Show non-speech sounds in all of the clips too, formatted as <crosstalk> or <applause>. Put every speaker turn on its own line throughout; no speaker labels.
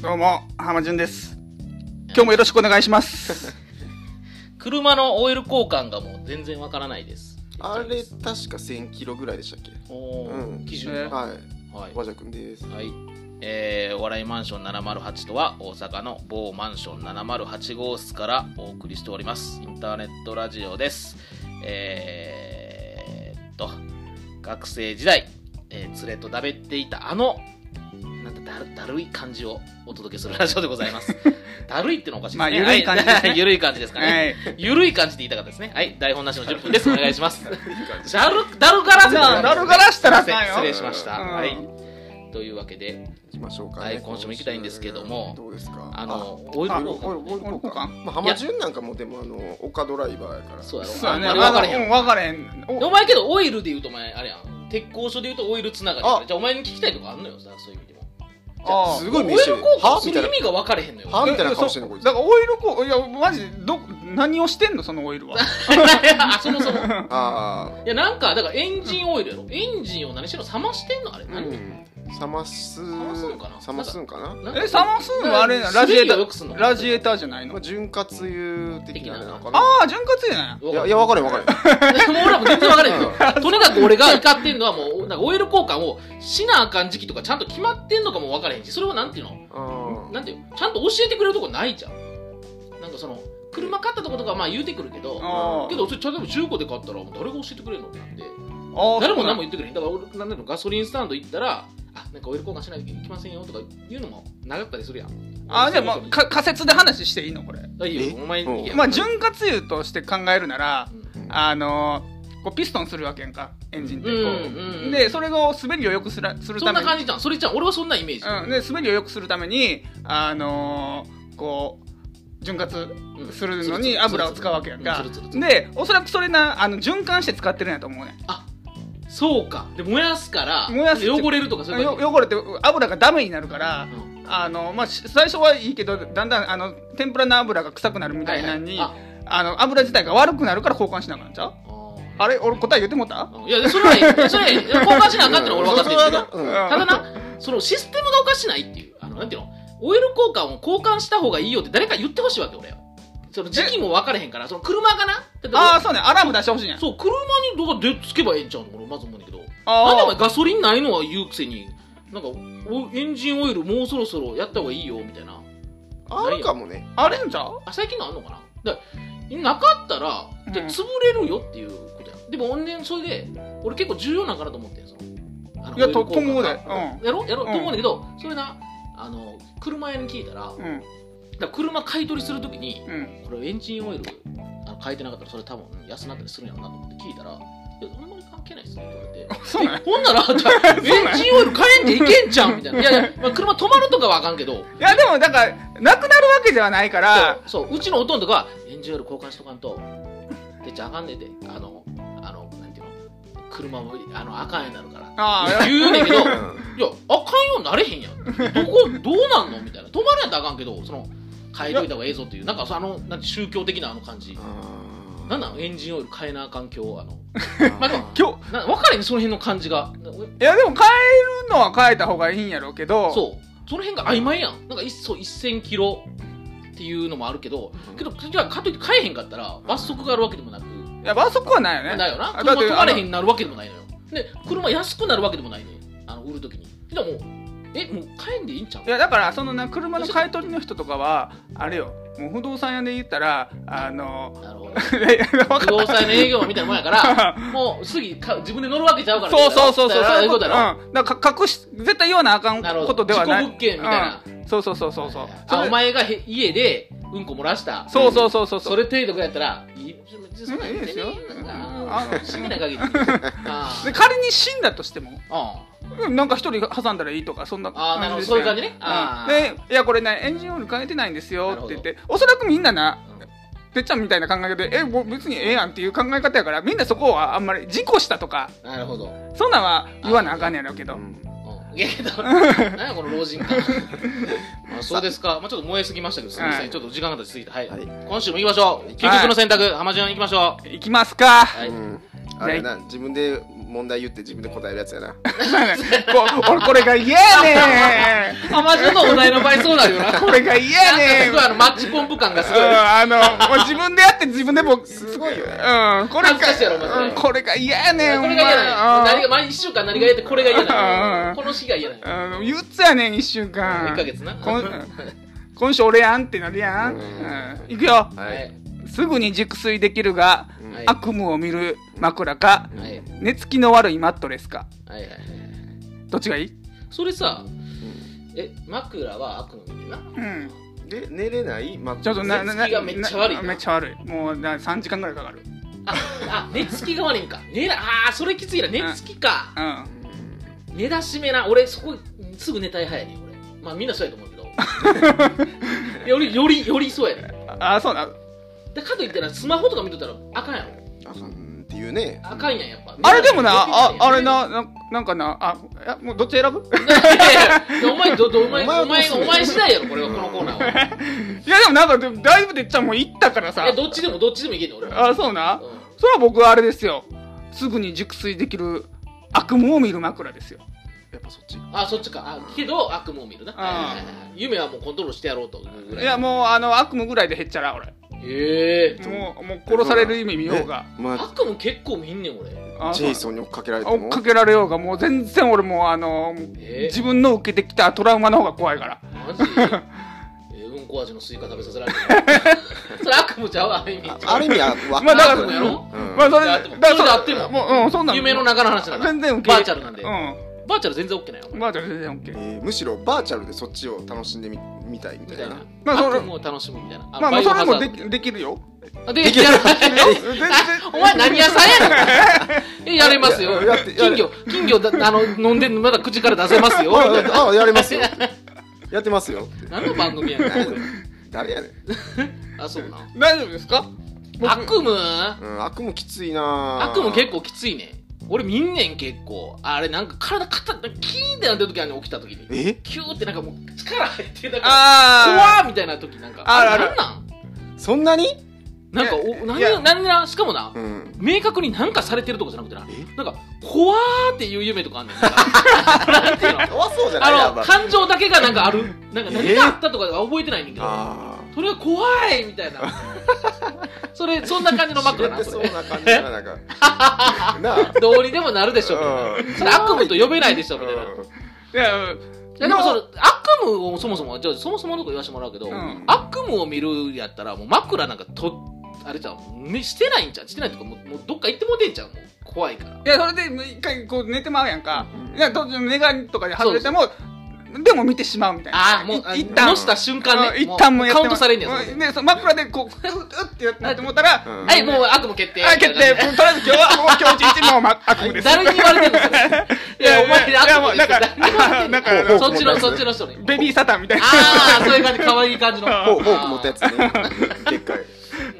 どうも、浜潤です。今日もよろしくお願いします。
<laughs> 車のオイル交換がもう全然わからないです。
あれ確か1000キロぐらいでしたっけ
おー
うん
基準は、
はい
はい。
和田君です
はい。えー、お笑いマンション708とは大阪の某マンション708号室からお送りしておりますインターネットラジオですえー、っと学生時代、えー連れとだべっていたあのなんだだるだるい感じをお届けするラジオでござい
<laughs>
ますだるいってのはおかしいです
まあ
ね
ゆるい感じですね
はいゆ <laughs> るい感じですかね、
はい。
ゆるい感じで言いたかったですね。はい、台本なしの10分です。
<laughs>
お願いします。だる、だるがらせ
なあだるがらしたらあ
すい
かん
ま
よ
せん失礼しました。
うん
はい。というわけで、
行きましょうか、ね
はい今週も行きたいんですけども
どうですか
あの、オイル
あ
交
オイルオイ
換。
ルオイル交
交換
換まあ浜潤なんかもでもあの岡ドライバーやから
そうやろ。
そうやね。
あんまり
わ
分
か
からら
へ
へ
ん。
ん。
わからへん。お
お前けど、オイルで言うと、お前、あれやん。鉄工所で言うとオイルつながりやから
あ
じゃあ、お前に聞きたいとこあんのよ、さそういう意味でも。
あ
す
ー
ごい
オイル
名刺
交換
は
す
み
る
たい
意
な
味が分かれへんのよ。
はみたいな顔してんのこいつ
だからオイルこう、いや、マジ、ど、何をしてんのそのオイル
<laughs>
は。
あ <laughs> そもそも。い
あ
や、なんか、だからエンジンオイルやろ。エンジンを何しろ冷ましてんのあれ。
あう
何
ん冷ます冷
ますんかな
ますんかな
なんか
え、サマスーンはあれ
<laughs>
なラジエー
滑り
タ
を良くすんの
ー、ラジエーターじゃない
ま
の
あ潤滑油的なあれなのかな
ああ、潤滑油なんや。
いやいや分かる分かる
<laughs> もう俺らも全然分からへんけど、とにかく俺が怒ってんのはもう、なんかオイル交換をしなあかん時期とかちゃんと決まってんのかも分からへんし、それはなんていうの
うん
なんていうちゃんと教えてくれるとこないじゃん。なんかその、車買ったとことかまあ言うてくるけど、
あ
けど、それ、例えば中古で買ったら、もう誰が教えてくれるのってなって、
あ。
誰も何
も
も言ってくれへん。だから俺、なんだろう、ガソリンスタンド行ったら、あ、なんかオイル交換しないといけませんよとか言うのもなかったりするやん。
あ、じゃあ、まあ
そういう、こと
か仮説で話していいのこれ。
あいいよ、
え
お前にいいや
まあ、潤滑油として考えるなら、
う
あのー、こうピストンするわけやんか、エンジンってこう。
うんうんうん
で、それを滑りを良くすらす
ん
る
そ
た
ん
め
な
に
感じじゃん。それじゃん、俺はそんなイメージ。
うん、で滑りを良くするためにあのーこう潤滑
うん
するのに油を使うわけやんか
うつるつるつる
でおそらくそれなあの循環して使ってるんやと思うね
あそうかで燃やすから
燃やすって
汚れるとかそういう
よ
感じ
汚れてう油がダメになるから
うん
あの、まあ、し最初はいいけどだんだんあの天ぷらの油が臭くなるみたいなのに、
はいはい
あの油自体が悪くなるから交換しなくなっちゃう
あ
あれ俺答え言ってもうた
あうんいやそれはいいそれはいいいや交換しなあかんってのは俺分かってるけど
それは
う
な
<laughs> そ
ただなそのシステムがおかしないっていうあのなんていうのオイル交換を交換した方がいいよって誰か言ってほしいわけ俺よその時期も分からへんからその車がなだって
ああそうねアラーム出してほしいんや
そう車にどうかでつけばええんちゃうの俺まず思うねんだけどなんでお
あ
前ガソリンないのは言うくせになんかおエンジンオイルもうそろそろやった方がいいよみたいな
あるかもね
ああれんちゃう
あ最近のあんのかなだなかったら
うん
で潰れるよっていうことやんでも俺ねそれで俺結構重要なんかなと思ってんすよあの
いやと
オイル交換
今後で
やろやろ、
うん
と思うんだけどそれなあの車屋に聞いたらだか
うん
ら車買い取りするときに
うん
これエンジンオイルあの変えてなかったらそれ多分安なったりするんやろうなと思って聞いたら「いやあんまり関係ないっすね」って言われて
そうね
ほんなら、じゃあ
<laughs>
エンジンオイル変えんでいけんじゃんみたいな。いやいや、まあ、車止まるとかはあかんけど、
いやでもだからなくなるわけではないから
そうそううちのおとんとかはエンジンオイル交換しとかんとてっちゃんあかんねんてあのあのなんていうの車もあのあかんようになるから
ああ
言うねん <laughs> けどいや
う
あ
ん
かんようになれへんやんどこどうなんのみたいな止まるやったらあかんけどその変えといた方がええぞっていうなんかそのあのなんて宗教的なあの感じ
あ
なんなのエンジンオイル変えなあかん今日あの <laughs>
ー
まあでも
今日
な分かれへんその辺の感じがない
やでも変えるのは変えた方がいいんやろうけど
そうその辺が曖昧やんなんか一層1000キロっていうのもあるけどけどじゃあかといって変えへんかったら罰則があるわけでもなく
いや罰則はないよね
だよな。
あだ
車
って
止まれへんになるわけでもないのよ。で、車安くなるわけでもないねあの、売るときに。でももう、え、もう帰んでいいんちゃう
いやだからそのな車の買い取りの人とかはあれよもう不動産屋で言ったらあの
なるほど。
いやわ
不
か
動産の営業みたいなもんやから、
<laughs> ら
もうすぐか自分で乗るわけちゃうか
<laughs>
ら。
そうそうそうそう
だから
そう
そう
い
いうう
こ
ことと
う
やろ。
んだから隠し絶対言わなあかん
なるほど。
ことではない
事故物件みたいな。
そうそうそうそうそう
あ、お
それ
前がへ家でうんこ漏らした。
そうそうそうそう
それ程度ぐらいやったら、いい、そんなん言っ
い
てね
いですよ
あ
うん
ー死んでない限り。あ
で
ー
仮に死んだとしても
あ
うんなんか一人挟んだらいいとかそんな
あーなる
感
ほ
じ
ど
でした
そういう感じねあー
うんでいやこれねエンジンオイル変えてないんですよって言っておそらくみんなな
ー。
てっちゃんみたいな考え方でえもう別にええやんっていう考え方やからみんなそこはあんまり事故したとか
うんなるほど。
そんなんは言わなあかんねやろうけど
うん
うんいやけ <laughs> ど、なんやこの老人 <laughs> 感。まあそうですか。まあちょっと燃えすぎましたけど、すみませ
はい
ん。ちょっと時間が経ちすぎて。はい。
はい
今週も行きましょう。究極の選択、浜順行きましょう。
いきますか <laughs>
はい。
うんあれな自分で問題言って自分で答えるやつやな
こ俺これが嫌やね
アマゾンのお題の場合そうなるよな。
んこれが嫌やね
す
ん
ごいあのマッチポンプ感がすごい。
うんあのもう自分でやって自分でも
すごいよね
うんこれ
恥ずかしいやろお前そ
が
れ
うんこれが嫌やねん
これが嫌だね。
お前
何が毎1週間何が嫌ってこれが嫌だ
う
ね。
ん
この日が嫌だね。
うんうん憂鬱やねん1週間
1ヶ月な。
こん
は
今週俺やんってなるやん、
うん
うん、いくよ
はい、
すぐに熟睡できるが、
うん
はい
悪夢を見る枕か
い。はい。はい
寝つきの悪いマットレスか
はいはい。
どっちがいい
それさ、え、枕は悪の見るな。
うん
で寝れない、ま、
ちょっとななな
寝つきがめっちゃ悪いな
なめっちゃ悪いもうな3時間ぐらいかかる
あ、あ、寝つきが悪いんか。寝な、あー、それきついな。寝つきか。
う
寝だしめな。俺、そこ、すぐ寝たい派やねん、俺。まあ、みんなそうやと思うけど。
<laughs>
より、より、よりそうやねん。
んああそうな
だかといってな、スマホとか見とったらあかんやろ。
あかんっていうね
あかんやん、やっぱ。
あれでもなああれ。
<laughs> い
なななんかなあいやもうどっち
<laughs>
選ぶ
やいやお前、ど、ど、お前、
お前は
お
どうす
前、
んの
お前次第やろ、これは、このコーナ
<laughs>
ーは。
いやでもなんかでもだいぶでっちゃんもう行ったから
い
さ
や、どっちでも、どっちでもいけんねん、俺は。
あそうな
うん
それは僕はあれですよすぐに熟睡できる悪夢を見る枕ですよ
やっぱそっち
あ、そっちか。あ、けど、悪夢を見るな。
ん
はいはいはい夢はもうコントロールしてやろうというぐ
い
らい。
やもうあの悪夢ぐらいで減っちゃら俺
ええ。
もうもう殺される意味見ようが
まあ
悪夢結構見んねん、俺。
あ
ジェイソンに追っかけられて
追
も
っかけられようがもう全然俺もうあの
えー
自分の受けてきたトラウマの方が怖いから
マ
<laughs>
ジえーうんこ味のスイカ食べさせられる。それ悪夢ちゃうわ、ある意味。
ある意味は分
まあだから
悪夢やろ
うん
まあそれ
だっても
だから
それで合ってんの
もううんそんなん
夢の中の話だから。
全然受け
バーチャルなんで。
う
バーチャル全然 OK なんよ。
んバーチャル全然 OK
えーむしろバーチャルでそっちを楽しんでみみたいみた
み
い
たい
な
な。
まあそれ
悪夢を楽しむみたいな。
まあまあそれもで
る。
きできるよ
あで、 <laughs> やる。
全然
お前何屋さんや
<laughs>
ねんえ、やれますよ
やって。や
金
れ
魚、金魚だ、あの、飲んで、まだ口から出せま
<laughs>
すよ。
あああやりますよやってますよって
何の番組やねん。
誰やねん、
あ、そうな。
大丈夫ですか僕
悪夢
うん、悪夢きついな
悪夢結構きついねん俺見んねん結構あれなんか体肩キーンってなってる時あるねん起きた時に
え
キューってなんかもう力入ってなんか怖
あ
ーみたいな時なんか
あるある
れなん
そんなに
なんなんか
いや
お何
いや
や何やしかもな
うん
明確になんかされてるとかじゃなくてな
え
なんか怖ーっていう夢とかあんねん
<laughs>
なんていうの
怖そうじゃない
あ
や
の
ば
感情だけがなんかあるなんか
え
何があったとかは覚えてないねんけど
あ
それは怖いみたいなそれそんな感じの
あ
枕
知
な
れて
そ
そう
れ
な感じだななんかなあ
どうにでもなるでしょみたいな
うん
それ悪夢と呼べないでしょみたいな
ーいや
いやでもその悪夢をそもそもじゃあそもそものこと言わせてもらうけど、
うん
悪夢を見るやったらもう枕なんかとあれじゃん、ね、してないんじゃんしてないとかもうもうどっか行ってもうてんじゃんもう怖いから
いやそれで一回こう寝てまうやんか
うん
いや途中寝がとかで外れてもでも見てしまうみたいな
ああもうあ
い一旦
のした瞬間
う
ね
ん一旦もうやっ
カ
て
ウントされんねん
も
それ
う
で、
ねその枕でこうううってやってなって思ったら
うん
はいもう悪夢決定
あ決定もうとりあえず今日はもう今日一日もうま悪夢です
誰に言われてんのそれいやお
いや
前
いやい
悪夢
やもう <laughs> なんか
誰に言われてんの
なんか
そっちのそっちの人に
ベビーサタンみたいな
ああそういう感じ可愛い感じの
フォーフォーク持ったやつねでっかい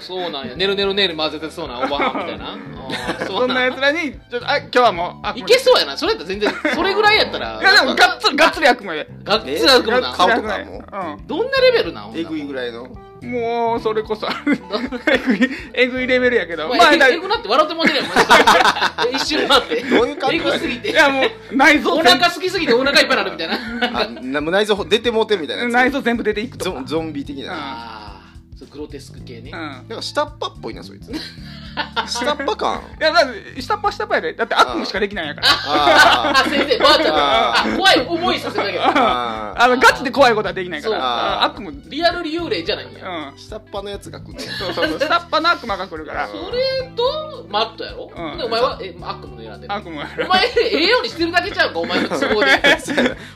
そうなんやねるねるねる混ぜてそうなおばはんみたいなあー
そ
そ
んなやつらにちょっとあ今日はもう悪夢
いけそうやな、それやったら
<laughs>
全然、それぐらいやったら。
いやでもガッツリガッツリ悪夢で
がっつり悪夢な。
顔とかも
ガッツリ悪夢
どんなレベルなん
えぐいぐ
い。
らいの
うんもうそれこ
<laughs>
そえぐいえぐいレベルやけど
お
まあ
前え
だ
ぐえぐなって笑ってもうてるやん、マ
<laughs>
ジで一瞬待って。
どういう感じ
えぐすぎ
い
て。
やもう内臓
お
全
腹すきすぎて
<laughs>
お腹いっぱいになるみたいな。
あな内臓出てもうてるみたいな
部
や
内
つ
臓全部出ていくと
ゾ
か
ンゾンビ的な
あーそうグロテスク系ね
う。ん
なんか下っ端っぽいなそいつ下っ端感
いやだって下っ端下っ端やでだって悪夢しかできないんやから
あ
あ、先生、ばあちゃん
あ
あ、怖い思いさせたけど。
あ
あのガチで怖いことはできないか
そう
ら
か
あ悪夢うん
リアル幽霊じゃないんや。
下っ端のやつが来る
そうそうそう下っ端の悪魔が来るから
それと、マットやろ
うん
で、お前は、え、悪夢の選んでる。
悪夢や
お前、ええようにしてるだけちゃうか、お前の都
<laughs>
合で。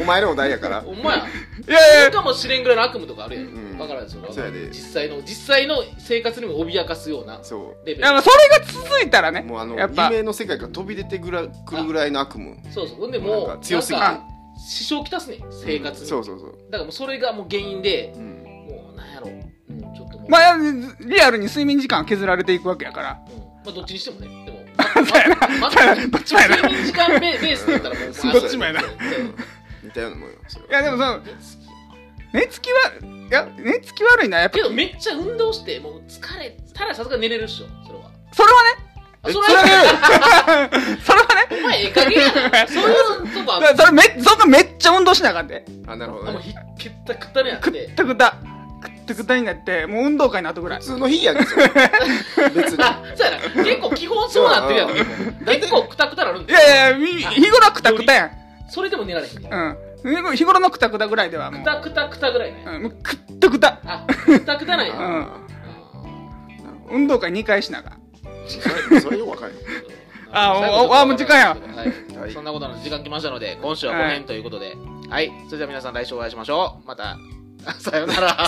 お前のお題やから
お前や。
いやい
そ
や
うかもしれんぐらいの悪夢とかあるや
うん
ん。わからんですよ。
そうやで
実際の、実際の生活にも脅かすような
そ
レベ
い
ル
や。まあそれが続いたらね
うもうあの
やっぱ
夢の世界から飛び出てくらくるぐらいの悪夢
そうそう。ほんで
な
も
ん
う、
か強すぎ
る
なんか支障きたすねん、生活に。
そうそうそう
だからもうそれがもう原因で、
うん
もうなんやろう。うん、ちょっともう。
まあリアルに睡眠時間は削られていくわけやから
うんまあどっちにしてもね。でも、まあまあ
どっちもやな
睡眠時間ベベースだったらもう、
どっち
もやな
そう
似たようなもんよそれはい
やでもその寝つきはいや寝つき悪いなやっぱ
けどめっちゃ運動して、もう疲れたらさすがに寝れるっしょ、それは。
それはね
そ
それはね
れ、
それはね
お前ええ加減やな。そういうとこあ
だ
っ
からそれめそんなめっちゃ運動しなあかんで
あなるほ
あ
ど
もう
ね
ひけったくったりやっ。
くってたくたくってくたになってもう運動会の後ぐらい
普通の日やんけ <laughs> それ別
<laughs>
に
あ、そうやな。結構基本そうなってるやん
うん
結構。結構くたくたなるん
い
だよ。
やいやみ日頃はくたくたや
それでも寝られへんねん。
んうん日頃のくたくたぐらいではもう
くたくたくたぐらいね。
うんもうくったくた
あ、くたくたなんや。
あ
運動会2回しなあかん
ーそれそれよくわかる
あおおあもう時間や
はい
はい
そんなことなので時間来ましたので、今週はこの辺ということで。 <laughs> はい。それでは皆さん来週お会いしましょう。また、さようなら。